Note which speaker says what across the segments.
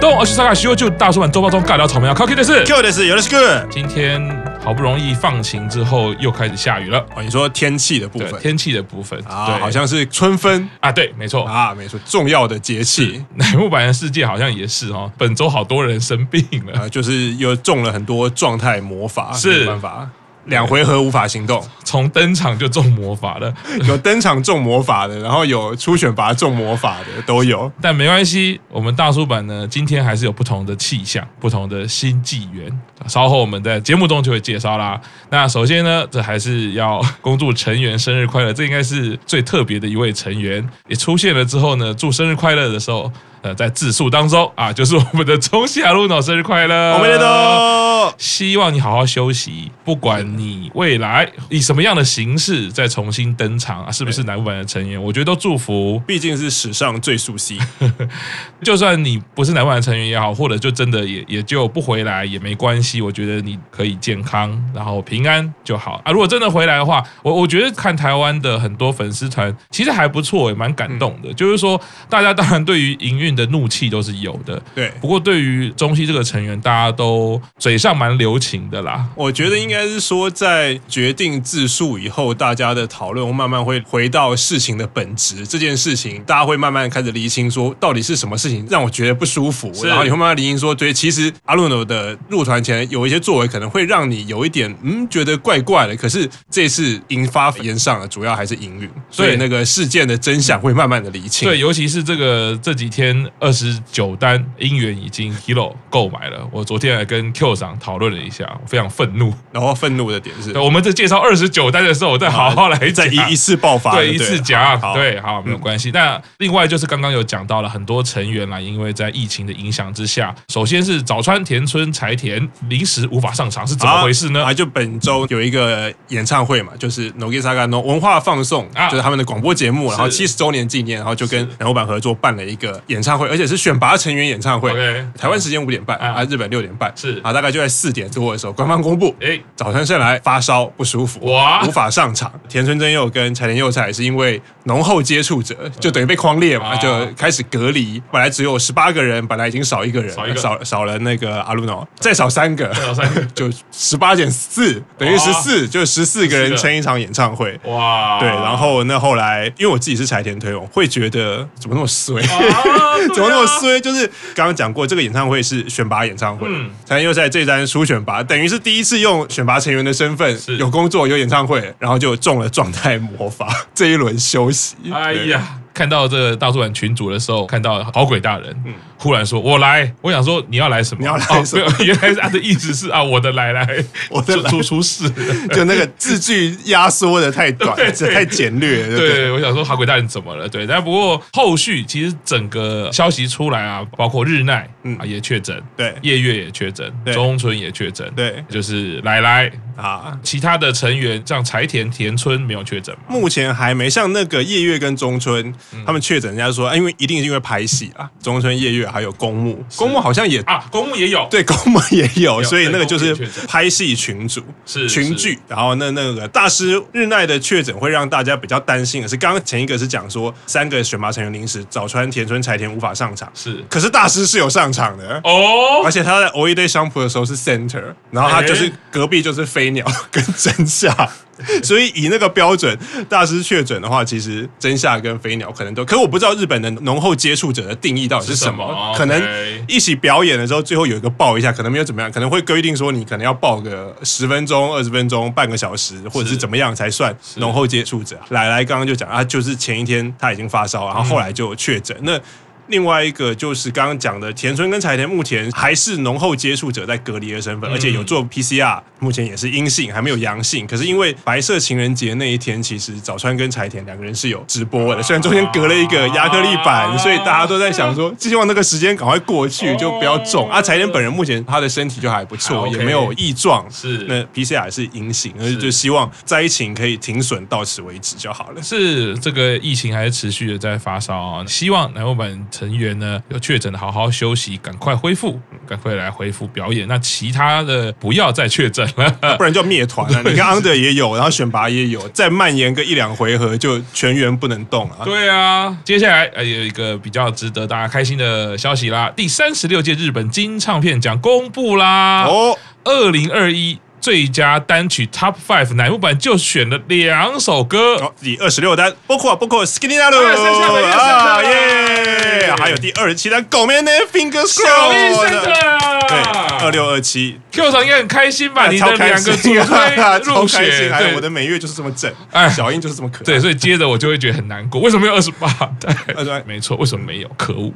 Speaker 1: どうも，我是萨卡西，就大叔版周报中尬聊草莓啊，Cocky 的是。
Speaker 2: Q 的是有的是 good。
Speaker 1: 今天好不容易放晴之后，又开始下雨了。
Speaker 2: 哦，你说天气的部
Speaker 1: 对
Speaker 2: 分
Speaker 1: 天气的部分，
Speaker 2: 啊，
Speaker 1: 对
Speaker 2: 好像是春分
Speaker 1: 啊，对，没错。
Speaker 2: 啊，没错，重要的节气
Speaker 1: 乃木坂的世界好像也是哦，本周好多人生病了，
Speaker 2: 啊，就是又中了很多状态魔法，
Speaker 1: 是
Speaker 2: 没有办法，两回合无法行动，
Speaker 1: 从登场就中魔法了。
Speaker 2: 有登场中魔法的，然后有初选拔中魔法的都有。
Speaker 1: 但没关系，我们大叔版呢，今天还是有不同的气象、不同的新纪元，稍后我们在节目中就会介绍啦。那首先呢，这还是要 恭祝成员生日快乐，这应该是最特别的一位成员，也出现了之后呢，祝生日快乐的时候，呃，在自述当中啊，就是我们的中西亚路脑生日快乐，
Speaker 2: 我们的都
Speaker 1: 希望你好好休息，不管你未来以什么样的形式再重新登场啊，是不是南版的成员，我觉得都祝福。
Speaker 2: 毕竟是史上最熟悉，
Speaker 1: 就算你不是南版的成员也好，或者就真的也也就不回来也没关系，我觉得你可以健康，然后平安就好啊。如果真的回来的话，我我觉得看台湾的很多粉丝团其实还不错，也蛮感动的。就是说，大家当然对于营运的怒气都是有的。
Speaker 2: 对。
Speaker 1: 不过，对于中西这个成员，大家都嘴上蛮留情的啦。
Speaker 2: 我觉得应该是说，在决定字数以后，大家的讨论慢慢会回到事情的本质。这件事情，大家会慢慢开始厘清，说到底是什么事情让我觉得不舒服。
Speaker 1: 是
Speaker 2: 然后你会慢慢厘清说，对，其实阿鲁诺的入团前有一些作为，可能会让你有一点嗯觉得怪怪的。可是这次引发延上了，主要还是营运，所以那个事件的真相会慢慢的厘清。
Speaker 1: 对，，尤其是这个这几天二十九单音源已经 Hero 购买了，我昨天还跟 Q 长讨论了一下，我非常愤怒。
Speaker 2: 然后愤怒的点是
Speaker 1: 对，，我们在介绍二十九单的时候，我再好好来 讲
Speaker 2: 在一一次爆发，
Speaker 1: 对一次讲，
Speaker 2: 好嗯
Speaker 1: 对，好，没有关系。那另外就是刚刚有讲到了很多成员啦，因为在疫情的影响之下，首先是早川田村柴田临时无法上场，是怎么回事呢
Speaker 2: 啊，？就本周有一个演唱会嘛，就是 Nogi Saga No 文化放送，
Speaker 1: 啊
Speaker 2: 就是他们的广播节目，然后
Speaker 1: 是
Speaker 2: 七十周年纪念，然后就跟南欧版合作办了一个演唱会，而且是选拔成员演唱会
Speaker 1: OK，
Speaker 2: 台湾时间五点半，
Speaker 1: 啊
Speaker 2: 啊，日本六点半，
Speaker 1: 是
Speaker 2: 啊，大概就在四点多的时候，官方公布。
Speaker 1: 哎，
Speaker 2: 早川胜来发烧不舒服，
Speaker 1: 哇
Speaker 2: 无法上场。田村真佑跟柴田佑菜是因为浓厚接触者，就等于被框列嘛，
Speaker 1: 啊
Speaker 2: 就开始隔离。本来只有十八个人，本来已经少一个人，
Speaker 1: 少一个
Speaker 2: 少少了那个阿鲁诺，再少三个，
Speaker 1: 再少三个
Speaker 2: 就十八减四等于
Speaker 1: 哇
Speaker 2: 十四，就十四个
Speaker 1: 14
Speaker 2: 人
Speaker 1: 个哦
Speaker 2: 撑一场演唱会。
Speaker 1: 哇，
Speaker 2: 对，然后那后来，因为我自己是柴田推我会觉得怎么那么衰。
Speaker 1: 啊 对啊
Speaker 2: 怎么那么衰？就是刚刚讲过，这个演唱会是选拔演唱会，
Speaker 1: 嗯
Speaker 2: 才又在这单初选拔，等于是第一次用选拔成员的身份
Speaker 1: 是，
Speaker 2: 有工作有演唱会，然后就中了状态魔法， 这一轮休息。
Speaker 1: 哎
Speaker 2: 对，
Speaker 1: 呀，看到这个大主管群主的时候，看到好鬼大人，忽然说：“我来。”我想说你要来什么？
Speaker 2: 嗯你要来什么
Speaker 1: 哦没有原来是他的意思是啊，我的来来，
Speaker 2: 我的来
Speaker 1: 出出事了。
Speaker 2: 就那个字句压缩的太短，
Speaker 1: 对
Speaker 2: 这太简略了。
Speaker 1: 对，我想说好鬼大人怎么了？对，但不过后续其实整个消息出来啊，包括日奈、
Speaker 2: 嗯
Speaker 1: 啊也确诊，
Speaker 2: 对
Speaker 1: 夜月也确诊，
Speaker 2: 对
Speaker 1: 中村也确诊，
Speaker 2: 对
Speaker 1: 就是来来，
Speaker 2: 啊，
Speaker 1: 其他的成员像柴田田村没有确诊嘛，
Speaker 2: 目前还没像那个夜月跟中村，
Speaker 1: 嗯
Speaker 2: 他们确诊，人家说，啊，因为一定是因为拍戏啊。中村、夜月还有公墓，公墓好像也
Speaker 1: 啊，公墓也有，
Speaker 2: 嗯对，公墓也
Speaker 1: 有
Speaker 2: 有，所以那个
Speaker 1: 对公
Speaker 2: 就
Speaker 1: 墓也
Speaker 2: 是
Speaker 1: 确诊
Speaker 2: 拍戏群组
Speaker 1: 是
Speaker 2: 群
Speaker 1: 是
Speaker 2: 聚，然后那那个大师日奈的确诊会让大家比较担心的是，刚刚前一个是讲说三个选拔成员临时早川、田村、柴田无法上场，
Speaker 1: 是
Speaker 2: 可是大师是有上场的。
Speaker 1: 哦
Speaker 2: 而，且他在 O E Day 相扑的时候是 center，然后他就是
Speaker 1: 哎
Speaker 2: 隔壁就是飞鸟 跟真夏，所以以那个标准，大师确诊的话，其实真夏跟飞鸟可能都，可我不知道日本的浓厚接触者的定义到底是什么，
Speaker 1: 是什么哦
Speaker 2: 可能
Speaker 1: OK
Speaker 2: 一起表演的时候最后有一个抱一下，可能没有怎么样，可能会规定说你可能要抱个十分钟、二十分钟、半个小时，或者是
Speaker 1: 是
Speaker 2: 怎么样才算浓厚接触者。奶奶刚刚就讲啊，就是前一天他已经发烧，然后后来就确诊。那另外一个就是刚刚讲的田村跟柴田，目前还是浓厚接触者在隔离的身份，而且有做 PCR，目前也是阴性，还没有阳性。可是因为白色情人节那一天，其实早川跟柴田两个人是有直播的，虽然中间隔了一个亚克力板，所以大家都在想说，希望那个时间赶快过去，就不要中。啊，柴田本人目前他的身体就还不错，
Speaker 1: 还哦 OK
Speaker 2: 也没有异状，
Speaker 1: 是
Speaker 2: 那 PCR 也是阴性，那
Speaker 1: 是
Speaker 2: 就希望灾情可以停损，到此为止就好了。
Speaker 1: 是这个疫情还是持
Speaker 2: 嗯
Speaker 1: 续的在发烧啊、希望南欧版成员呢有确诊的好好休息，赶快恢复。赶快来恢复表演。那其他的不要再确诊了。
Speaker 2: 不然就灭团了。你看安德也有，然后选拔也有，再蔓延个一两回合就全员不能动啊。
Speaker 1: 对啊，接下来呃有一个比较值得大家开心的消息啦，第三十六届日本金唱片奖公布啦。
Speaker 2: 哦，
Speaker 1: 二零二一最佳单曲 Top Five 乃木坂就选了两首歌，
Speaker 2: 好，哦第二十六单，包括包括 Skinny 那
Speaker 1: 哎剩下的
Speaker 2: 路
Speaker 1: 月
Speaker 2: 啊
Speaker 1: 神
Speaker 2: 耶
Speaker 1: 了，
Speaker 2: 还有第二十七单狗面的 Finger
Speaker 1: 小医生啊
Speaker 2: Show 的。对，二六二七，
Speaker 1: Q 场应该很开心吧？你的
Speaker 2: 超
Speaker 1: 两
Speaker 2: 开
Speaker 1: 个
Speaker 2: 心
Speaker 1: 主推
Speaker 2: 超
Speaker 1: 入
Speaker 2: 开
Speaker 1: 选，
Speaker 2: 心！还有我
Speaker 1: 对
Speaker 2: 的每月就是这么整，
Speaker 1: 哎
Speaker 2: 小英就是这么可爱。
Speaker 1: 对，所以接着我就会觉得很难过，为什么没有二十八？
Speaker 2: 28
Speaker 1: 没错，为什么没有？可 恶！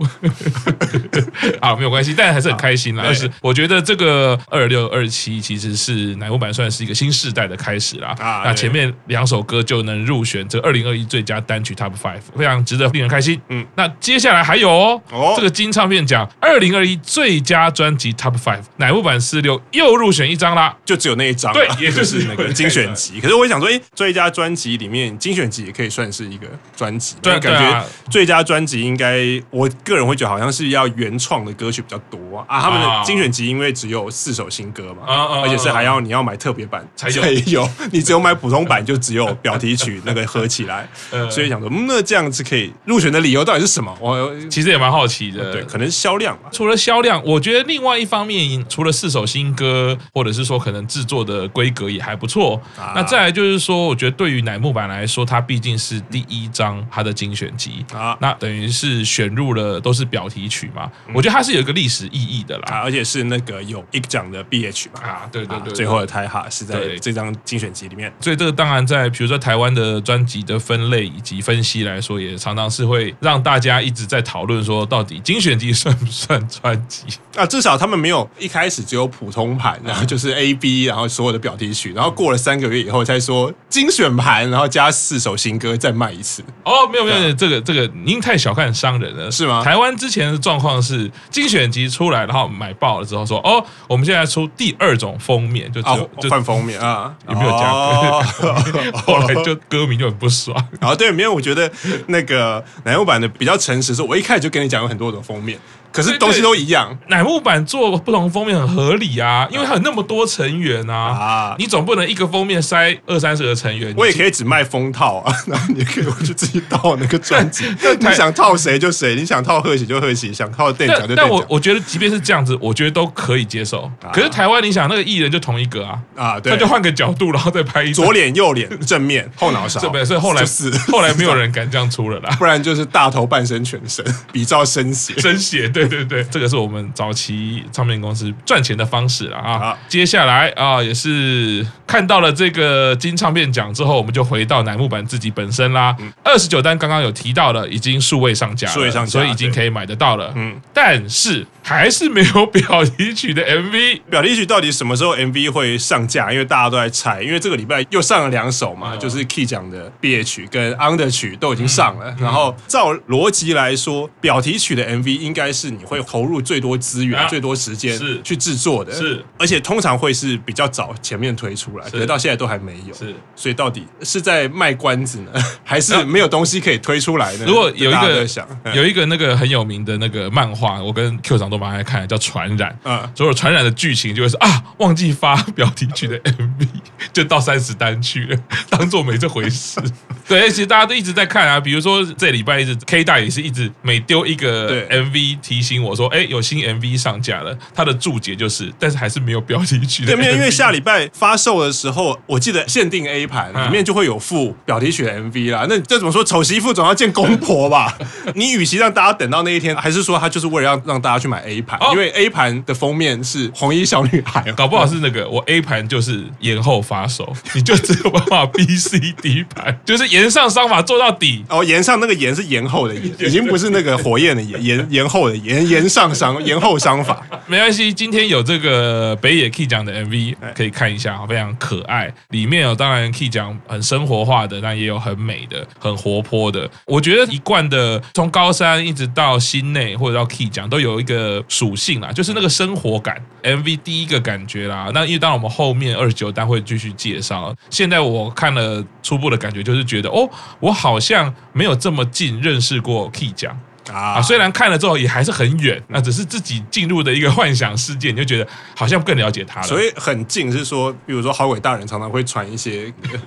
Speaker 1: 啊，没有关系，但还是很开心啦。
Speaker 2: 对
Speaker 1: 二十，我觉得这个二六二七其实是乃木坂算是一个新世代的开始啦。
Speaker 2: 啊
Speaker 1: 那
Speaker 2: 对
Speaker 1: 前面两首歌就能入选这二零二一最佳单曲 Top Five，非常值得令人开心。
Speaker 2: 嗯
Speaker 1: 嗯，那接下来还有哦，
Speaker 2: 哦
Speaker 1: 这个金唱片奖二零二一最佳专辑 Top Five，乃木坂四六又入选一张啦。
Speaker 2: 就只有那一张啊，
Speaker 1: 对也
Speaker 2: 就
Speaker 1: 就是
Speaker 2: 是那个精选集。可是我想说，哎、最佳专辑里面精选集也可以算是一个专辑，
Speaker 1: 对啊
Speaker 2: 因为感
Speaker 1: 对
Speaker 2: 觉
Speaker 1: 啊
Speaker 2: 最佳专辑应该，我个人会觉得好像是要原创的歌曲比较多啊。啊他们的
Speaker 1: 啊
Speaker 2: 精选集因为只有四首新歌嘛，
Speaker 1: 啊啊啊
Speaker 2: 而且是还要你要买特别版
Speaker 1: 才有
Speaker 2: 有，你只有买普通版就只有表题曲那个合起 来，
Speaker 1: 呃
Speaker 2: 所以想说，嗯，那这样子可以入选的理由到底是什么？我
Speaker 1: 其实也蛮好奇的，
Speaker 2: 哦对，可能是销量吧。
Speaker 1: 除了销量，我觉得另外一方面，除了四首新歌，或者是说可能制作的规格也还不错。
Speaker 2: 啊
Speaker 1: 那再来就是说，我觉得对于乃木坂来说，它毕竟是第一张它的精选集
Speaker 2: 啊
Speaker 1: 那等于是选入了都是表题曲嘛。
Speaker 2: 嗯
Speaker 1: 我觉得它是有一个历史意义的
Speaker 2: 啊，
Speaker 1: 啦。
Speaker 2: 而且是那个有一奖的 B H 嘛，
Speaker 1: 啊，对对
Speaker 2: 啊
Speaker 1: 对，
Speaker 2: 最后的泰哈是在
Speaker 1: 对
Speaker 2: 这张精选集里面。
Speaker 1: 所以这个当然在比如说台湾的专辑的分类以及分析来说，也常常是会让大家一直在讨论说，到底精选集算不算专辑？
Speaker 2: 啊，至少他们没有一开始只有普通盘，然后就是 A B，然后所有的表题曲，然后过了三个月以后才说精选盘，然后加四首新歌再卖一次。
Speaker 1: 哦，没有没有，
Speaker 2: 对啊
Speaker 1: 没有这个这个您太小看商人了，
Speaker 2: 是吗
Speaker 1: 台湾之前的状况是精选集出来，然后买爆了之后说，哦，我们现在出第二种封面，就只
Speaker 2: 啊
Speaker 1: 有、，就
Speaker 2: 换封面啊，
Speaker 1: 有没有加
Speaker 2: 哦
Speaker 1: 后来就歌迷就很不爽。
Speaker 2: 然后对，没有，我觉得那个奶油版的比较诚实，是我一开始就跟你讲有很多种封面，可是
Speaker 1: 对
Speaker 2: 东西
Speaker 1: 对
Speaker 2: 都一样
Speaker 1: 乃木坂做不同封面很合理啊，因为它有那么多成员啊，
Speaker 2: 啊。
Speaker 1: 你总不能一个封面塞二三十个成员。
Speaker 2: 我也可以只卖封套 啊，然后你可以回去自己套那个专 辑，你
Speaker 1: 台
Speaker 2: 想套谁就谁，你想套贺喜就贺喜，想套店长就
Speaker 1: 但
Speaker 2: 店
Speaker 1: 但我
Speaker 2: 长
Speaker 1: 我觉得，即便是这样子，我觉得都可以接受。可是台湾，你想那个艺人就同一个啊，
Speaker 2: 啊，对，
Speaker 1: 他就换个角度，然后再拍一张
Speaker 2: 左脸、右脸、正面、后脑 勺，
Speaker 1: 这边，所以后来
Speaker 2: 就是，
Speaker 1: 后来没有人敢这样出了啦。
Speaker 2: 不然就是大头半身全身， 比照身形。
Speaker 1: 真血，对对对，这个是我们早期唱片公司赚钱的方式了
Speaker 2: 好
Speaker 1: 啊。接下来啊，也是看到了这个金唱片奖之后，我们就回到乃木坂自己本身啦。二十九单刚刚有提到了，已经数位上架了，
Speaker 2: 嗯数位上架
Speaker 1: 所以已经可以买得到了。
Speaker 2: 嗯
Speaker 1: 嗯，但是还是没有表题曲的 MV。
Speaker 2: 表弟曲到底什么时候 MV 会上架？因为大家都在猜，因为这个礼拜又上了两首嘛，
Speaker 1: 嗯
Speaker 2: 就是 Key 讲的 B 曲跟 Under 曲都已经上
Speaker 1: 嗯
Speaker 2: 了。然后照逻辑来说，表题曲的 MV 应该是你会投入最多资源、
Speaker 1: 啊
Speaker 2: 最多时间
Speaker 1: 是
Speaker 2: 去制作的，
Speaker 1: 是，
Speaker 2: 而且通常会是比较早前面推出来，
Speaker 1: 是
Speaker 2: 可是到现在都还没有。
Speaker 1: 是，
Speaker 2: 所以到底是在卖关子呢，还是没有东西可以推出来呢？
Speaker 1: 如果有一
Speaker 2: 大家都在
Speaker 1: 个
Speaker 2: 想，
Speaker 1: 有一个那个很有名的那个漫画，我跟 Q 长都蛮爱看的，叫《传染》。
Speaker 2: 嗯
Speaker 1: 啊所有传染的剧情就会是啊，忘记发标题曲的 MV，就到三十单去了，当做没这回 事。对，其实大家都一直在看啊，比如说这礼拜一直 K 大也是一直每丢一个
Speaker 2: 对
Speaker 1: MV 提醒我说，哎，有新 MV 上架了。他的注解就是，但是还是没有标题曲的
Speaker 2: 对，没有，因
Speaker 1: MV
Speaker 2: 为下礼拜发售的时候，我记得限定 A 盘
Speaker 1: 嗯
Speaker 2: 里面就会有附表题曲的 MV 啦。那这怎么说？丑媳妇总要见公 婆吧？你与其让大家等到那一天，还是说他就是为了让让大家去买 A 盘？
Speaker 1: 哦
Speaker 2: 因为 A 盘的封面是红衣小女孩，
Speaker 1: 搞不好是那个我 A 盘就是延后发售，你就只有办法 B、C、D 盘，就是延上商法做到底。
Speaker 2: 哦，延上那个延是延后的延，已经不是那个火焰的延，延延后的延，延上商 延后商法。
Speaker 1: 没关系，今天有这个北野 Key 讲的 MV 可以看一下，非常可爱。里面有当然 Key 讲很生活化的，但也有很美的、很活泼的。我觉得一贯的从高山一直到心内或者到 Key 讲，都有一个属性啦，就是那个生活感。MV 第一个感觉啦，那因为当然我们后面二十九单会继续介绍。现在我看了初步的感觉，就是觉得哦，我好像没有这么近认识过 Key 讲。
Speaker 2: 啊嗯
Speaker 1: 啊，虽然看了之后也还是很远，那只是自己进入的一个幻想世界，你就觉得好像更了解他了。
Speaker 2: 所以很近是说，比如说好鬼大人常常会传一些呃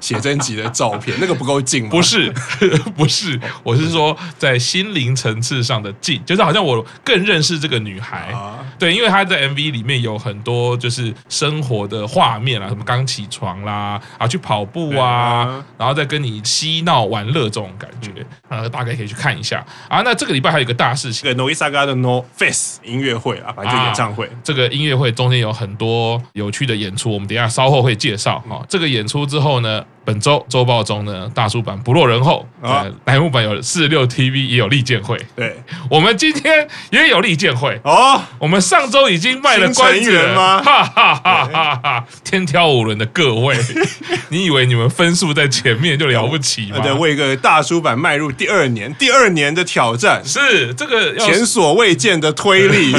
Speaker 2: 写真集的照片，那个不够近吗？
Speaker 1: 不 是，不是，我是说在心灵层次上的近，就是好像我更认识这个女孩。
Speaker 2: 啊，
Speaker 1: 对，因为她在 MV 里面有很多就是生活的画面啊啦，什么刚起床啦，啊去跑步啊
Speaker 2: 啊，嗯
Speaker 1: 然后再跟你嬉闹玩乐这种感觉，呃，大概可以去看一下啊。那这个礼拜还有一个大事情，
Speaker 2: 这个 Noisaga 的 No Face 音乐会啊，反正就演唱会。
Speaker 1: 这个音乐会中间有很多有趣的演出，我们等一下稍后会介绍
Speaker 2: 嗯
Speaker 1: 哈、哦。这个演出之后呢，本周周报中呢，大叔版不落人后，
Speaker 2: 啊
Speaker 1: 呃，乃木坂有四十六 TV 也有利剑会，
Speaker 2: 对，
Speaker 1: 我们今天也有利剑会。
Speaker 2: 哦，
Speaker 1: 我们上周已经卖了关
Speaker 2: 新
Speaker 1: 子
Speaker 2: 成
Speaker 1: 了
Speaker 2: 员吗
Speaker 1: 哈哈哈哈哈！天挑五轮的各 位，你以为你们分数在前面就了不起吗？
Speaker 2: 呃啊对，为一个大叔版迈入第二年，第二年的挑战，
Speaker 1: 是这个要
Speaker 2: 前所未见的 推力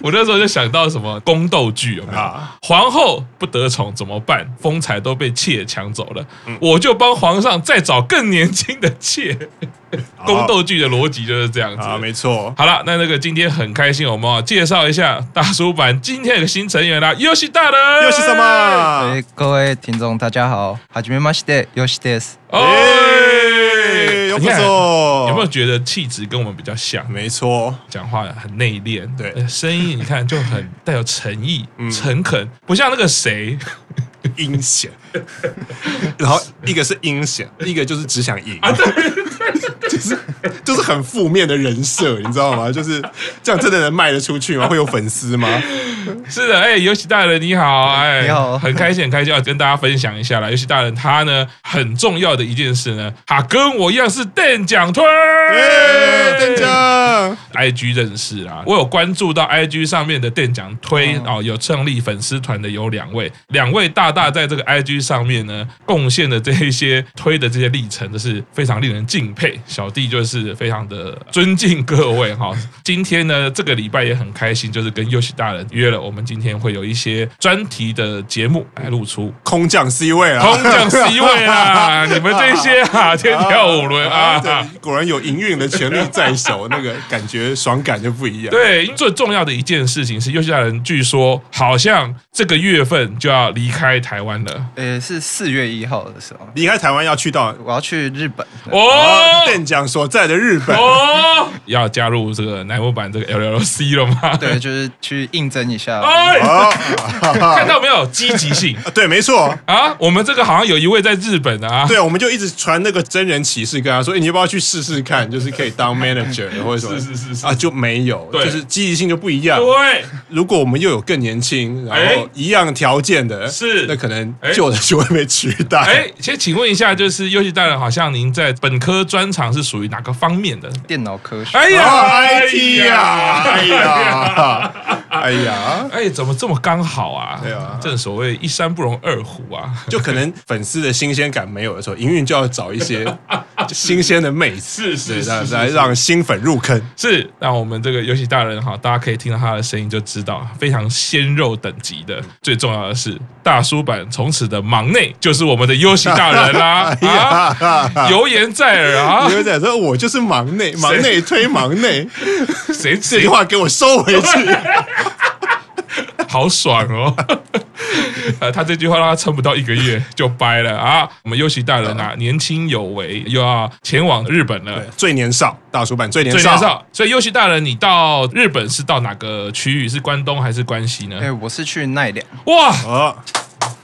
Speaker 1: 我那时候就想到什么宫斗剧有没有？
Speaker 2: 啊
Speaker 1: 皇后不得宠怎么办？风采都被妾抢走了，我就帮皇上再找更年轻的妾。 宫斗剧的逻辑就是这样子。
Speaker 2: 啊，没错，
Speaker 1: 好了，那那个今天很开心，我们要介绍一下大叔版今天有个新成员啦，游戏大人，
Speaker 2: 又是什？么
Speaker 3: 哎？，各位听众大家好，はじめまして、よしです。
Speaker 1: 哎
Speaker 2: 哎，又不
Speaker 1: 你看
Speaker 2: 错，
Speaker 1: 有没有？觉得气质跟我们比较像？
Speaker 2: 没错，
Speaker 1: 讲话很内敛，
Speaker 2: 对
Speaker 1: 呃声音你看就很带有诚意、诚恳，不像那个谁，
Speaker 2: 阴险。然后一个是阴险，一个就是只想
Speaker 1: 啊
Speaker 2: 赢， 就是就是很负面的人设，你知道吗？就是这样，真的能卖得出去吗？会有粉丝吗？
Speaker 1: 是的，哎、尤其大人你好，哎，
Speaker 3: 你好
Speaker 1: 很开心，很开心要啊跟大家分享一下啦。尤其大人他呢，很重要的一件事呢，他跟我一样是邓奖推，
Speaker 2: 哎，邓江，
Speaker 1: IG 认识啦，我有关注到 IG 上面的店长推哦有创立粉丝团的有两位，两位大大在这个 IG 上面呢贡献的这一些推的这些历程，这是非常令人敬佩。小弟就是非常的尊敬各位哈、 今天呢，这个礼拜也很开心，就是跟优喜大人约了，我们今天会有一些专题的节目来露出。
Speaker 2: 空降 C 位啊，
Speaker 1: 空降 C 位啦，你们这些啊，天跳五轮啊，
Speaker 2: 对，果然有营运的权利在手，那个感觉爽感就不一样。
Speaker 1: 对，因为最重要的一件事情是，优秀大人据说好像这个月份就要离开台湾了。
Speaker 3: 呃，是四月一号的时候，
Speaker 2: 离开台湾要去到
Speaker 3: 我要去日本。
Speaker 1: 哦
Speaker 2: 邓江所在的日本，
Speaker 1: 哦，要加入这个乃木坂这个 LLC 了吗？
Speaker 3: 对，就是去应征一下。
Speaker 1: 哎，
Speaker 2: 哦，
Speaker 1: 看到没有，积极 性
Speaker 2: 对，没错。
Speaker 1: 啊！我们这个好像有一位在日本的啊，
Speaker 2: 对，我们就一直传那个真人启事，跟他说：“哎你要不要去试试看？就是可以当 manager 或者什么。”
Speaker 1: 是是是是
Speaker 2: 啊，就没有，
Speaker 1: 对
Speaker 2: 就是积极性就不一样。
Speaker 1: 对，啊
Speaker 2: 如果我们又有更年轻，然
Speaker 1: 哎
Speaker 2: 后一样条件的，
Speaker 1: 是
Speaker 2: 那可能
Speaker 1: 哎
Speaker 2: 旧的就会被取代。
Speaker 1: 哎，先请问一下，就是优秀大人，好像您在本科专长是属于哪个方面的？
Speaker 3: 电脑科学，
Speaker 1: 哎呀
Speaker 2: 啊，IT 呀，哎呀，哎呀，
Speaker 1: 哎，怎么这么刚好啊？
Speaker 2: 对啊
Speaker 1: 正所谓一山不容二虎啊。
Speaker 2: 就可能粉丝的新鲜感没有的时候，营运就要找一些 新鲜的妹
Speaker 1: 是
Speaker 2: 子，
Speaker 1: 是
Speaker 2: 对
Speaker 1: 是
Speaker 2: 来
Speaker 1: 是
Speaker 2: 来
Speaker 1: 是
Speaker 2: 让新粉入坑。、
Speaker 1: 是，那我们这个游戏大人哈，大家可以听到他的声音就知道，非常鲜肉等级的。最重要的是，大叔版从此的忙内就是我们的游戏大人啦
Speaker 2: 哎呀
Speaker 1: 啊，油盐在耳啊
Speaker 2: 你，会在说，我就是忙内，忙内推忙内，
Speaker 1: 谁
Speaker 2: 这句
Speaker 1: 谁
Speaker 2: 话给我收回去。
Speaker 1: 好爽哦！ 呃，他这句话让他撑不到一个月就掰了啊！我们优喜大人啊，年轻有为，又要前往日本了
Speaker 2: 对。最年少大叔版最年
Speaker 1: 最年
Speaker 2: 少，
Speaker 1: 少，所以优喜大人，你到日本是到哪个区域？是关东还是关西呢？
Speaker 3: 哎，我是去奈良。
Speaker 1: 哇，
Speaker 2: 哦，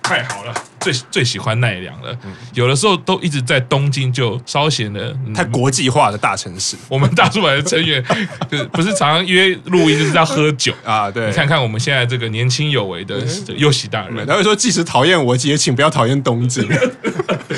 Speaker 1: 太好了，最最喜欢奈良了。
Speaker 2: 嗯
Speaker 1: 有的时候都一直在东京，就稍显得嗯
Speaker 2: 太国际化的大城市
Speaker 1: 我们大叔版的成 员就是不是常常约录音就是要喝酒。
Speaker 2: 啊，对嗯
Speaker 1: 你。看看我们现在这个年轻有为的这个优喜大人，
Speaker 2: 他会说，即使讨厌我，也请不要讨厌东京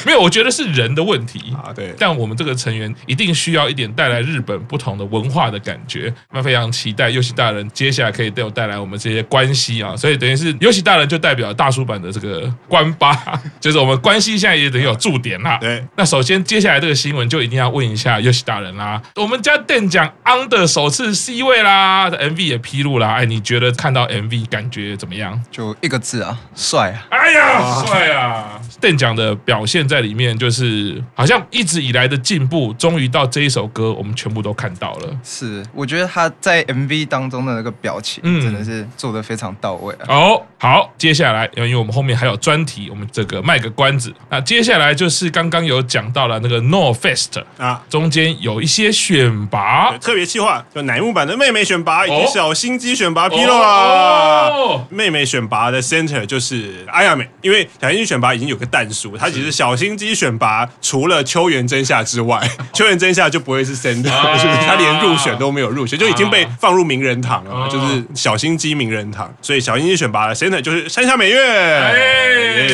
Speaker 1: 没有，我觉得是人的问题。
Speaker 2: 啊！对，
Speaker 1: 但我们这个成员一定需要一点带来日本不同的文化的感觉。那非常期待优喜大人接下来可以带我带来我们这些关系啊，所以等于是优喜大人就代表大叔版的这个关八， 就是我们关系现在也等于有驻点啦。
Speaker 2: 对，
Speaker 1: 那首先接下来这个新闻就一定要问一下优喜大人啦，我们家店长 on 的首次 C 位啦，MV 也披露啦，哎，你觉得看到 MV 感觉怎么样？
Speaker 3: 就一个字啊，帅啊！
Speaker 1: 哎呀，帅啊！邓奖的表现在里面，就是好像一直以来的进步，终于到这一首歌，我们全部都看到了。
Speaker 3: 是，我觉得他在 MV 当中的那个表情，
Speaker 1: 嗯
Speaker 3: 真的是做的非常到位啊。
Speaker 1: 哦，好，接下来，因为我们后面还有专题，我们这个卖个关子。那接下来就是刚刚有讲到了那个 No Fest，
Speaker 2: 啊。
Speaker 1: 中间有一些选拔
Speaker 2: 对，特别计划就乃木坂的妹妹选拔以及
Speaker 1: 哦
Speaker 2: 小心机选拔披露啦。
Speaker 1: 哦
Speaker 2: 妹妹选拔的 center 就是阿亚美，因为小心机选拔已经有个淡叔，他其实小心机选拔除了秋元真夏之外，秋元真夏就不会是 center，、
Speaker 1: 哦啊
Speaker 2: 就是他连入选都没有入选，就已经被
Speaker 1: 啊
Speaker 2: 放入名人堂了嘛，
Speaker 1: 哦
Speaker 2: 就是小心机名人堂，所以小心机选拔的 center 就是山下美月。
Speaker 1: 哎，
Speaker 2: 耶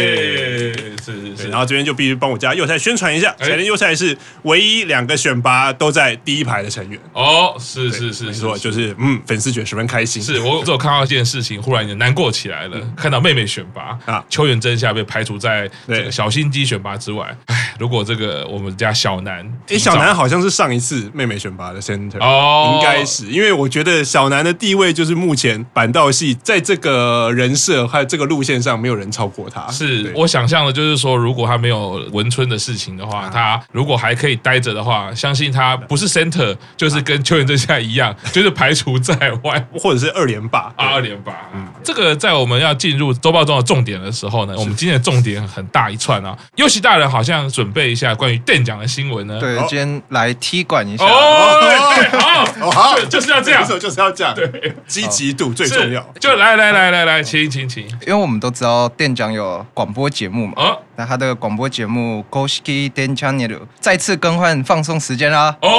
Speaker 1: 是是
Speaker 2: 对
Speaker 1: 是，
Speaker 2: 然后这边就必须帮我家右菜宣传一下，
Speaker 1: 哎
Speaker 2: 前天右菜是唯一两个选拔都在第一排的成员，
Speaker 1: 哦，是是
Speaker 2: 没
Speaker 1: 是，
Speaker 2: 错，就是嗯，粉丝觉得十分开心，
Speaker 1: 是我只有看到一件事情，忽然也难过起来了。看到妹妹选拔
Speaker 2: 啊
Speaker 1: 啊，秋元真夏被排除在这
Speaker 2: 对
Speaker 1: 个小心机选拔之外。唉，如果这个我们家小南，
Speaker 2: 诶，小南好像是上一次妹妹选拔的 center，、
Speaker 1: 哦
Speaker 2: 应该是，因为我觉得小南的地位就是目前板道系在这个人设还有这个路线上，没有人超过他。
Speaker 1: 是
Speaker 2: 对
Speaker 1: 我想象的，就是说，如果他没有文春的事情的话，
Speaker 2: 啊
Speaker 1: 他如果还可以待着的话，相信他不是 center，就是
Speaker 2: 啊
Speaker 1: 跟秋元真夏一样，就是排除在外。
Speaker 2: 或者是二连霸
Speaker 1: 啊，二连吧。这个在我们要进入周报中的重点的时候呢，我们今天的重点很大一串啊。尤其大人好像准备一下关于电奖的新闻呢。
Speaker 3: 对，啊今天来踢馆一下。
Speaker 1: 哦，对好，
Speaker 2: 好
Speaker 1: 就就是要这样
Speaker 2: 这时。候 就是要这样，对，积极度最重要
Speaker 1: 是。就来来来来来，请请请。
Speaker 3: 因为我们都知道店长有广播节目嘛，
Speaker 1: 哦
Speaker 3: 那他的广播节目《Koshiki Den Channel》再次更换放送时间啦。
Speaker 1: 哦，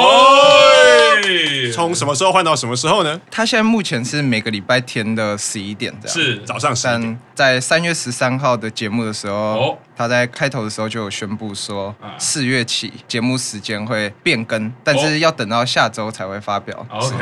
Speaker 2: 从什么时候换到什么时候呢？
Speaker 3: 他现在目前是每个礼拜天的十一点这样。。
Speaker 1: 是
Speaker 2: 早上十点。
Speaker 3: 但在三月十三号的节目的时候，
Speaker 1: 哦
Speaker 3: 他在开头的时候就有宣布说
Speaker 1: 啊，
Speaker 3: 四月起节目时间会变更，但
Speaker 1: 哦
Speaker 3: 是要等到下周才会发表。
Speaker 1: OK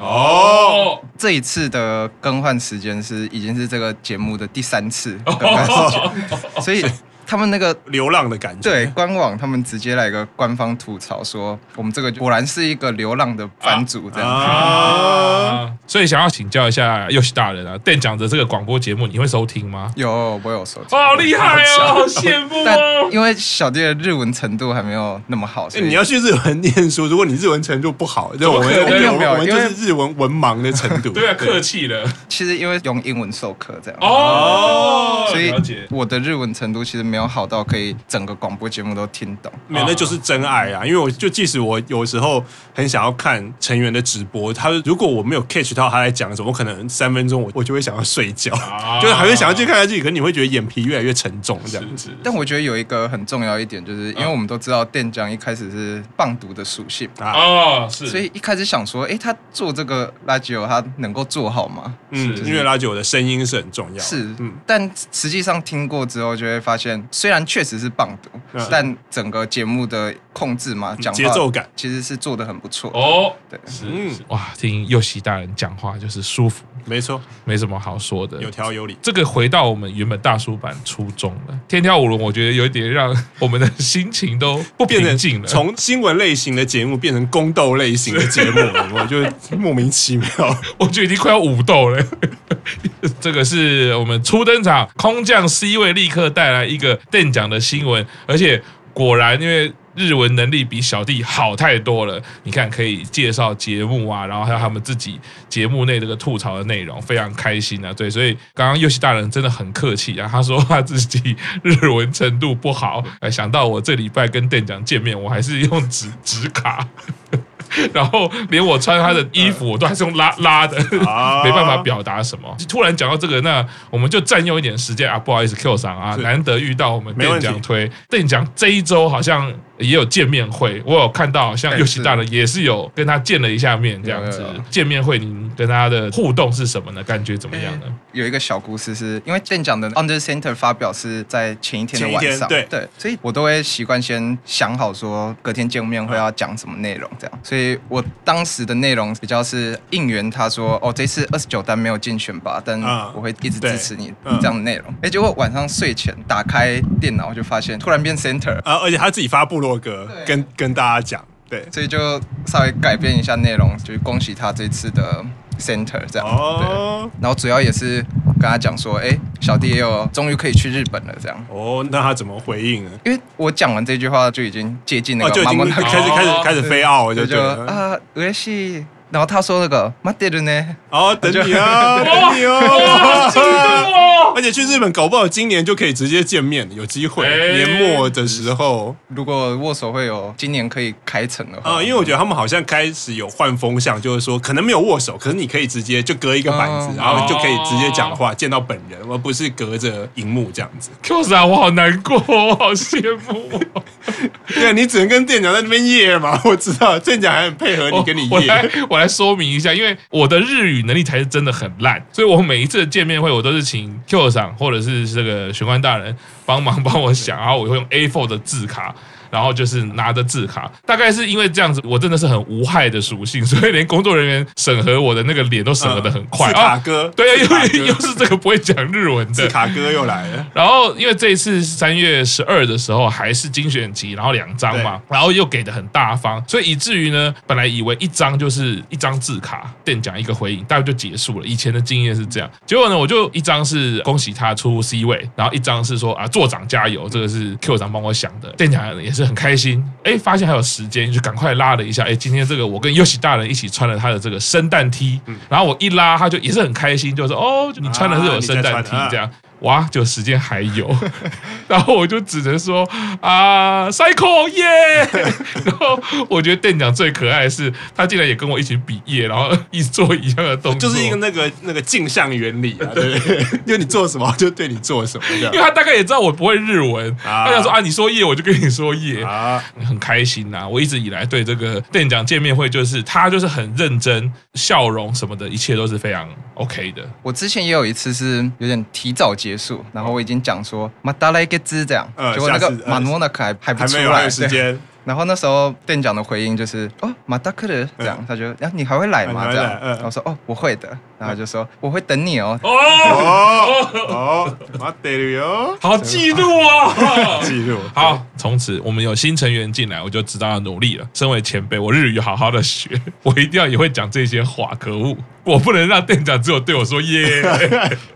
Speaker 2: 哦
Speaker 1: 哦
Speaker 2: 哦，
Speaker 3: 这一次的更换时间是已经是这个节目的第三次更 换时
Speaker 1: 哦
Speaker 3: 间，所以他们那个
Speaker 2: 流浪的感觉，
Speaker 3: 对，官网，他们直接来个官方吐槽说，我们这个果然是一个流浪的版主这样。
Speaker 2: 啊，
Speaker 1: 啊，所以想要请教一下尤其大人啊，店长的这个广播节目你会收听吗？
Speaker 3: 有，我有收听。
Speaker 1: 哦，好厉害哦，好羡慕
Speaker 3: 但
Speaker 1: 哦。
Speaker 3: 因为小弟的日文程度还没有那么好，所
Speaker 2: 欸
Speaker 3: 以
Speaker 2: 你要去日文念书，如果你日文程度不好，就我们
Speaker 1: 可能
Speaker 2: 我们
Speaker 3: 没有没有
Speaker 2: 我们就
Speaker 3: 因为
Speaker 2: 是日文文盲的程度。
Speaker 1: 对啊，客气了。
Speaker 3: 其实因为用英文授课这样。
Speaker 1: 哦，
Speaker 3: 所以
Speaker 1: 了解。
Speaker 3: 我的日文程度其实没有好到可以整个广播节目都听懂。
Speaker 2: 没有，那就是真爱啊！因为我就即使我有时候很想要看成员的直播，他如果我没有 catch 到他在讲什么，我可能三分钟我我就会想要睡觉，
Speaker 1: 啊
Speaker 2: 就是还会想要去看下去，可能你会觉得眼皮越来越沉重这样
Speaker 1: 是
Speaker 2: 子。
Speaker 1: 啊是，
Speaker 3: 但我觉得有一个很重要一点，就是因为我们都知道店长一开始是棒读的属性，
Speaker 1: 哦是，
Speaker 3: 所以一开始想说，诶，他做这个垃圾油，他能够做好吗？
Speaker 2: 嗯，
Speaker 1: 是
Speaker 2: 因为拉久的声音是很重要的。
Speaker 3: 是，
Speaker 2: 嗯，
Speaker 3: 但实际上听过之后就会发现，虽然确实是棒读，
Speaker 2: 嗯
Speaker 3: 但整个节目的控制嘛，讲话
Speaker 2: 节奏感
Speaker 3: 其实是做的很不错。
Speaker 1: 哦
Speaker 3: 对，
Speaker 1: 是
Speaker 2: 嗯
Speaker 1: 是哇，听右西大人讲话就是舒服，
Speaker 2: 没错，
Speaker 1: 没什么好说的
Speaker 2: 有。条有理。
Speaker 1: 这个回到我们原本大叔版初衷了，天跳舞龙，我觉得有一点让我们的心情都不
Speaker 2: 变
Speaker 1: 平静
Speaker 2: 成
Speaker 1: 了。
Speaker 2: 从新闻类型的节目变成宫斗类型的节目 了，我就莫名其妙。
Speaker 1: 我觉得已经快要武斗了。 这个是我们初登场空降 C 位，立刻带来一个电奖的新闻，而且果然因为。日文能力比小弟好太多了，你看可以介绍节目啊，然后还有他们自己节目内这个吐槽的内容，非常开心啊。对，所以刚刚佑希大人真的很客气啊，他说他自己日文程度不好，哎，想到我这礼拜跟店长见面，我还是用纸纸卡， 然后连我穿他的衣服我都还是用拉拉的，
Speaker 2: 啊
Speaker 1: 没办法表达什么。突然讲到这个，那我们就占用一点时间啊，不好意思，Q 上啊，
Speaker 2: 是
Speaker 1: 难得遇到我们
Speaker 2: 没问
Speaker 1: 店
Speaker 2: 题
Speaker 1: 长推店长这一周好像也有见面会，我有看到，好像
Speaker 3: 对
Speaker 1: 尤其大人也是有跟他见了一下面这样子
Speaker 3: 有有有。
Speaker 1: 见面会你跟他的互动是什么呢？感觉怎么样
Speaker 2: 哎
Speaker 1: 呢？
Speaker 3: 有一个小故事是，因为店长的 Under Center 发表是在前一天的晚上，
Speaker 2: 前一天
Speaker 3: 所以我都会习惯先想好说隔天见面会要讲什么内容，这样。所以我当时的内容比较是应援他说，哦，这次二十九单没有竞选吧，但
Speaker 2: 啊
Speaker 3: 我会一直
Speaker 2: 对
Speaker 3: 支持你
Speaker 2: 嗯
Speaker 3: 这样的内容。哎，结果晚上睡前打开电脑就发现突然变 Center，
Speaker 2: 啊，而且他自己发部落格
Speaker 3: 对
Speaker 2: 跟跟大家讲，对，
Speaker 3: 所以就稍微改变一下内容，就是恭喜他这次的 Center 这样。对。
Speaker 2: 哦，
Speaker 3: 然后主要也是跟他讲说，哎、小弟也有终于可以去日本了这样。
Speaker 2: 哦，那他怎么回应呢？
Speaker 3: 因为我讲完这句话就已经接近那
Speaker 2: 哦，
Speaker 3: 个
Speaker 2: 就已
Speaker 3: 马
Speaker 2: 经
Speaker 3: 莫
Speaker 2: 开
Speaker 3: 那
Speaker 2: 始
Speaker 3: 个，
Speaker 2: 开始开始开始飞奥，就对
Speaker 3: 我
Speaker 2: 嗯
Speaker 3: 就
Speaker 2: 了。
Speaker 3: 啊，嬉しい。然后他说那个马德的呢，
Speaker 2: 哦，等你啊，
Speaker 3: 我
Speaker 2: 等
Speaker 3: 就
Speaker 2: 你哦。
Speaker 1: 哦，
Speaker 2: 而且去日本搞不好今年就可以直接见面，有机会
Speaker 1: 哎
Speaker 2: 年末的时候
Speaker 3: 如果握手会有今年可以开成的话，
Speaker 2: 啊，因为我觉得他们好像开始有换风向，就是说可能没有握手，可是你可以直接就隔一个板子
Speaker 3: 哦，
Speaker 2: 然后就可以直接讲话，见到本人，而不是隔着荧幕这样子。
Speaker 1: 就是啊，我好难过，我好羡慕哦。
Speaker 2: 对啊，你只能跟店长在那边夜嘛，我知道店长还很配合你，跟你
Speaker 1: 哦我我来
Speaker 2: 夜。
Speaker 1: 我来说明一下，因为我的日语能力才是真的很烂，所以我每一次的见面会，我都是请 Q 上或者是这个玄关大人帮忙帮我想，然后我会用 A4 的字卡。然后就是拿着字卡，大概是因为这样子，我真的是很无害的属性，所以连工作人员审核我的那个脸都审核的很快
Speaker 2: 嗯字卡
Speaker 1: 啊。
Speaker 2: 哥，
Speaker 1: 对
Speaker 2: 字
Speaker 1: 啊
Speaker 2: 卡，
Speaker 1: 又又
Speaker 2: 哥，
Speaker 1: 是这个不会讲日文的
Speaker 2: 字，卡哥又来了。
Speaker 1: 然后因为这一次三月十二的时候还是精选集，然后两张嘛，然后又给的很大方，所以以至于呢，本来以为一张就是一张字卡，店讲一个回应，大概就结束了。以前的经验是这样，结果呢，我就一张是恭喜他出 C 位，然后一张是说啊座长加油，这个是 Q 长帮我想的，店长也是很开心，哎，发现还有时间，就赶快拉了一下，哎，今天这个我跟优喜大人一起穿了他的这个圣诞 T，然后我一拉他就也是很开心，就说哦，你穿的是
Speaker 2: 嗯啊
Speaker 1: 有
Speaker 2: 你在
Speaker 1: 圣诞
Speaker 2: 穿
Speaker 1: T
Speaker 2: 啊
Speaker 1: 这样。哇，就时间还有， 然后我就只能说啊，cycle 耶！ 然后我觉得店长最可爱的是，他竟然也跟我一起比耶，然后一直做一样的动作，
Speaker 2: 就是一个那个那个镜像原理啊，对不对？就你做什么就对你做什么这
Speaker 1: 因为
Speaker 2: 样
Speaker 1: 他大概也知道我不会日文，
Speaker 2: 啊
Speaker 1: 他想说啊，你说耶，我就跟你说耶，
Speaker 2: 啊。
Speaker 1: 很开心呐、我一直以来对这个店长见面会，就是他就是很认真，笑容什么的，一切都是非常 OK 的。
Speaker 3: 我之前也有一次是有点提早结束，然后我已经讲说马达来个兹这样
Speaker 2: 呃，
Speaker 3: 结果那
Speaker 2: 下
Speaker 3: 个
Speaker 2: 次呃
Speaker 3: 马诺那克还还不
Speaker 2: 还
Speaker 3: 出
Speaker 2: 没有，还
Speaker 3: 来
Speaker 2: 有，时
Speaker 3: 对
Speaker 2: 间，
Speaker 3: 然后那时候店长的回应就是哦马达克的这样
Speaker 2: 嗯，
Speaker 3: 他就然后你还会来
Speaker 2: 嗯
Speaker 3: 吗
Speaker 2: 你还会
Speaker 3: 这样
Speaker 2: 来，嗯
Speaker 3: 然后我说哦我会的，然后他就说我会等你哦，
Speaker 1: 哦，
Speaker 2: 哦哦，马得了哟，
Speaker 1: 好嫉妒 哦！
Speaker 2: 记录，
Speaker 1: 好，从此我们有新成员进来，我就知道要努力了。身为前辈，我日语好好的学， 我一定要也会讲这些话。可恶，我不能让店长只有对我说耶。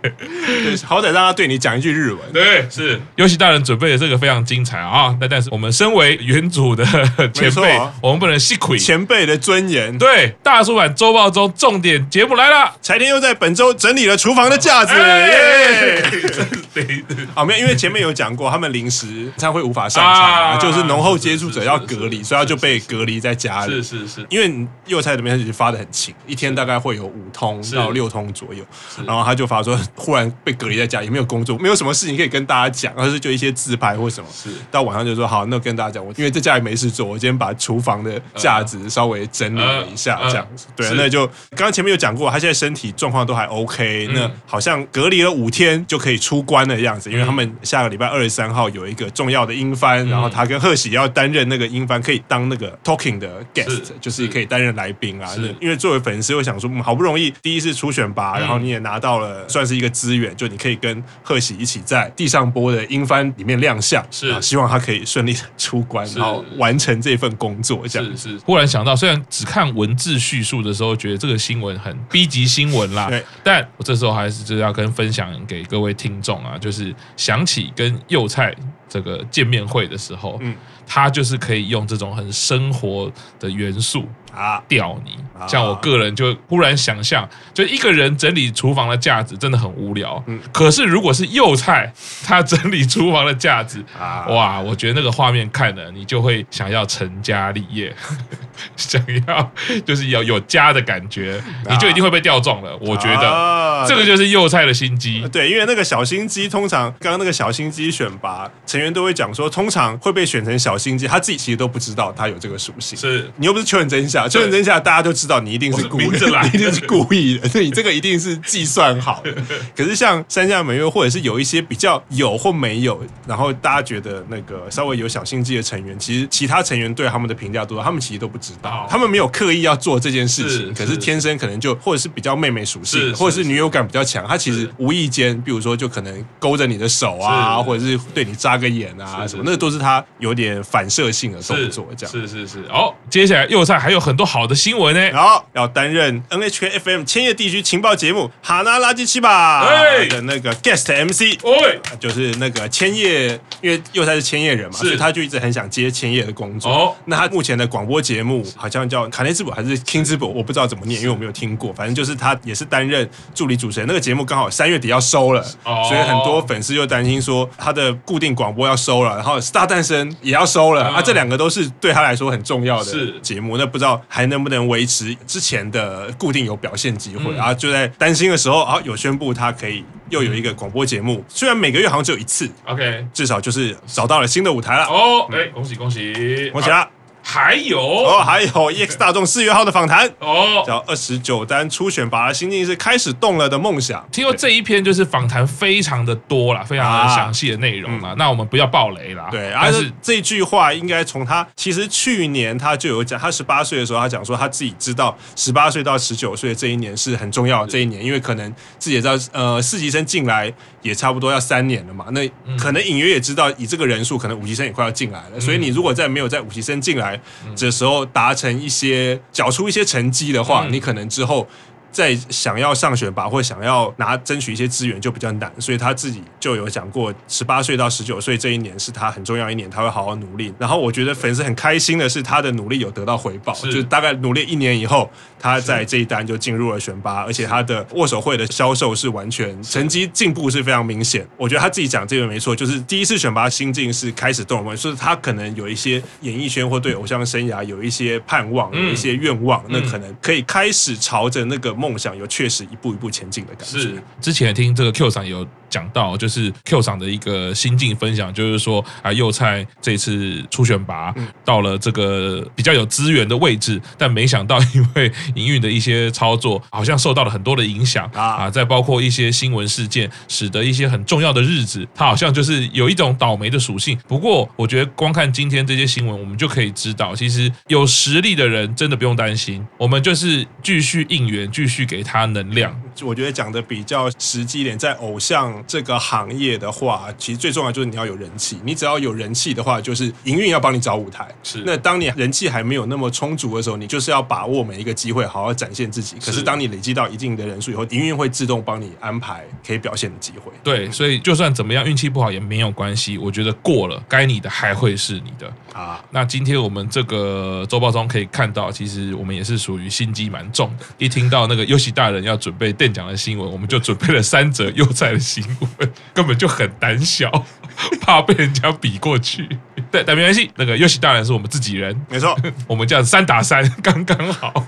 Speaker 2: 对好歹让他对你讲一句日文，
Speaker 1: 对，是尤其大人准备的这个非常精彩啊！那但是我们身为原主的前辈
Speaker 2: 错，啊
Speaker 1: 我们不能吸亏。
Speaker 2: 前辈的尊严。
Speaker 1: 对，大叔版周报中重点节目来了。
Speaker 2: 柴田又在本周整理了厨房的架子，耶！
Speaker 1: 对
Speaker 2: 啊，没有，因为前面有讲过，他们临时餐会无法上
Speaker 1: 啊
Speaker 2: 场，就是浓厚接触者要
Speaker 1: 是是
Speaker 2: 隔
Speaker 1: 是
Speaker 2: 离，所以他就被隔离在家里
Speaker 1: 是。是是，
Speaker 2: 因为你右菜这边其实发的很勤，一天大概会有五通
Speaker 1: 是
Speaker 2: 到六通左右，然后他就发说，忽然被隔离在家，也没有工作，没有什么事情可以跟大家讲，而是就一些自拍或什么。
Speaker 1: 是
Speaker 2: 到晚上就说好，那跟大家讲，我因为在家里没事做，我今天把厨房的架子稍微整理了一下，
Speaker 1: 呃
Speaker 2: 这样子。对
Speaker 1: 嗯是，
Speaker 2: 那就刚刚前面有讲过，他现在身体状况都还 OK，、那
Speaker 1: 嗯
Speaker 2: 好像隔离了五天就可以出关的样子，因为他们下个礼拜二十三号有一个重要的英翻，然
Speaker 1: 嗯
Speaker 2: 后他跟贺喜要担任那个英翻，可以当那个 talking 的 guest，
Speaker 1: 是
Speaker 2: 就是可以担任来宾啊
Speaker 1: 是。
Speaker 2: 那因为作为粉丝，我想说，嗯好不容易第一次初选拔，然后
Speaker 1: 嗯
Speaker 2: 你也拿到了算是一个资源，就你可以跟贺喜一起在地上播的英翻里面亮相，
Speaker 1: 是
Speaker 2: 然后希望他可以顺利地出关，
Speaker 1: 是
Speaker 2: 然后完成这份工作，这样。
Speaker 1: 是是，忽然想到，虽然只看文字叙述的时候，觉得这个新闻很 B 级新闻啦
Speaker 2: 对，
Speaker 1: 但我这时候还是就是要跟分享给各位听众啊，就是想起跟幼菜这个见面会的时候，
Speaker 2: 嗯
Speaker 1: 他就是可以用这种很生活的元素
Speaker 2: 啊，
Speaker 1: 吊你
Speaker 2: 啊。
Speaker 1: 像我个人就忽然想象，就一个人整理厨房的架子真的很无聊。
Speaker 2: 嗯
Speaker 1: 可是如果是幼菜，他整理厨房的架子，
Speaker 2: 啊
Speaker 1: 哇，我觉得那个画面看了，你就会想要成家立业， 想要就是要有家的感觉，你就一定会被调中了。我觉得
Speaker 2: 啊
Speaker 1: 这个就是幼菜的心机。
Speaker 2: 对，因为那个小心机，通常刚刚那个小心机选拔成员都会讲说，通常会被选成小心机，他自己其实都不知道他有这个属性。
Speaker 1: 是
Speaker 2: 你又不是求人真相，求人真相大家都知道，你一定是故意
Speaker 1: 我哦是明着来的
Speaker 2: 你一定是故意的，你这个一定是计算 好的。可是像山下美月，或者是有一些比较有或没有，然后大家觉得那个稍微有小心机的成员，其实其他成员对他们的评价多，他们其实都不知道
Speaker 1: 哦，
Speaker 2: 他们没有刻意要做这件事情，
Speaker 1: 是
Speaker 2: 可是
Speaker 1: 是
Speaker 2: 天生可能就或者是比较妹妹属
Speaker 1: 是
Speaker 2: 性，
Speaker 1: 是
Speaker 2: 或者是女友感比较强，他其实
Speaker 1: 是
Speaker 2: 无意间，比如说就可能勾着你的手啊，
Speaker 1: 是
Speaker 2: 或者是对你眨个眼啊
Speaker 1: 是
Speaker 2: 什么，那个都是他有点反射性的动
Speaker 1: 是
Speaker 2: 作，这样。
Speaker 1: 是哎是是。哦，接下来右上还有很多好的新闻呢。
Speaker 2: 然后要担任 NHK FM 千叶地区情报节目《哈那拉基奇吧
Speaker 1: 哎》
Speaker 2: 的那个 guest MC，
Speaker 1: 哦喂，
Speaker 2: 就是那个千叶，因为佑太是千叶人嘛，
Speaker 1: 是
Speaker 2: 所以他就一直很想接千叶的工作。
Speaker 1: 哦
Speaker 2: 那他目前的广播节目好像叫卡内兹堡还是 King 之堡，我不知道怎么念，因为我没有听过。反正就是他也是担任助理主持人，那个节目刚好三月底要收了，
Speaker 1: 哦
Speaker 2: 所以很多粉丝就担心说他的固定广播要收了，然后《大诞生》也要收了、
Speaker 1: 嗯
Speaker 2: 啊，这两个都是对他来说很重要的
Speaker 1: 是
Speaker 2: 节目。那不知道还能不能维持之前的固定有表现机会、
Speaker 1: 嗯
Speaker 2: 然后就在担心的时候，啊，有宣布他可以又有一个广播节
Speaker 1: 嗯
Speaker 2: 目，虽然每个月好像只有一次，
Speaker 1: ，OK，
Speaker 2: 至少就是找到了新的舞台了。
Speaker 1: 哦，哎，恭喜恭喜，
Speaker 2: 我起啦！
Speaker 1: 还有
Speaker 2: 哦，还有 EX 大众四月号的访谈，
Speaker 1: 哦，
Speaker 2: 叫二十九单初选拔，新进是开始动了的梦想。
Speaker 1: 听说这一篇就是访谈非常的多啦，非常的详细的内容啦。那我们不要爆雷啦。
Speaker 2: 对，而
Speaker 1: 啊但
Speaker 2: 是
Speaker 1: 是
Speaker 2: 这句话应该从他其实去年他就有讲，他十八岁的时候，他讲说他自己知道十八岁到十九岁这一年是很重要的这一年，因为可能自己也知道，呃，四级生进来也差不多要三年了嘛，那
Speaker 1: 嗯
Speaker 2: 可能隐约也知道，以这个人数，可能五级生也快要进来了，所
Speaker 1: 嗯
Speaker 2: 以你如果在没有在五级生进来的时候达成一些缴出一些成绩的话，
Speaker 1: 嗯
Speaker 2: 你可能之后。在想要上选拔或想要拿争取一些资源就比较难，所以他自己就有讲过，十八岁到十九岁这一年是他很重要一年，他会好好努力。然后我觉得粉丝很开心的是，他的努力有得到回报，
Speaker 1: 是
Speaker 2: 就是大概努力一年以后，他在这一单就进入了选拔，而且他的握手会的销售是完全成绩进步是非常明显。我觉得他自己讲这个没错，就是第一次选拔新进是开始动容，所以他可能有一些演艺圈或对偶像生涯有一些盼望，
Speaker 1: 嗯
Speaker 2: 有一些愿望，那
Speaker 1: 嗯
Speaker 2: 可能可以开始朝着那个梦想有确实一步一步前进的感觉。
Speaker 1: 是之前听这个 Q 厂有讲到，就是 Q 厂的一个心境分享，就是说啊，幼菜这次初选拔、到了这个比较有资源的位置，但没想到 因为营运的一些操作，好像受到了很多的影响
Speaker 2: 啊
Speaker 1: 啊，再包括一些新闻事件，使得一些很重要的日子，它好像就是有一种倒霉的属性。不过，我觉得光看今天这些新闻，我们就可以知道，其实有实力的人真的不用担心，我们就是继续应援，继续给他能量。
Speaker 2: 我觉得讲的比较实际一点，在偶像这个行业的话，其实最重要就是你要有人气。你只要有人气的话，就是营运要帮你找舞台。
Speaker 1: 是
Speaker 2: 那当你人气还没有那么充足的时候，你就是要把握每一个机会，好好展现自己。可是当你累积到一定的人数以后，营运会自动帮你安排可以表现的机会。
Speaker 1: 对，所以就算怎么样运气不好也没有关系，我觉得过了该你的还会是你的。
Speaker 2: 啊，
Speaker 1: 那今天我们这个周报中可以看到，其实我们也是属于心机蛮重的。一听到那个优喜大人要准备电奖的新闻，我们就准备了三则优在的新闻，根本就很胆小， 怕被人家比过去。对，但没关系，那个优喜大人是我们自己人，
Speaker 2: 没错。
Speaker 1: 我们这样三打三刚刚好。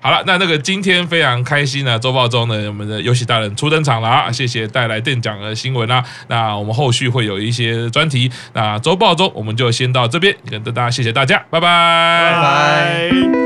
Speaker 1: 好了，那那个今天非常开心啊呢，周报中呢，我们的游戏大人初登场了啊，谢谢带来电奖的新闻啦、那我们后续会有一些专题， 那周报中我们就先到这边，跟大家谢谢大家，拜拜
Speaker 3: 拜
Speaker 2: 拜。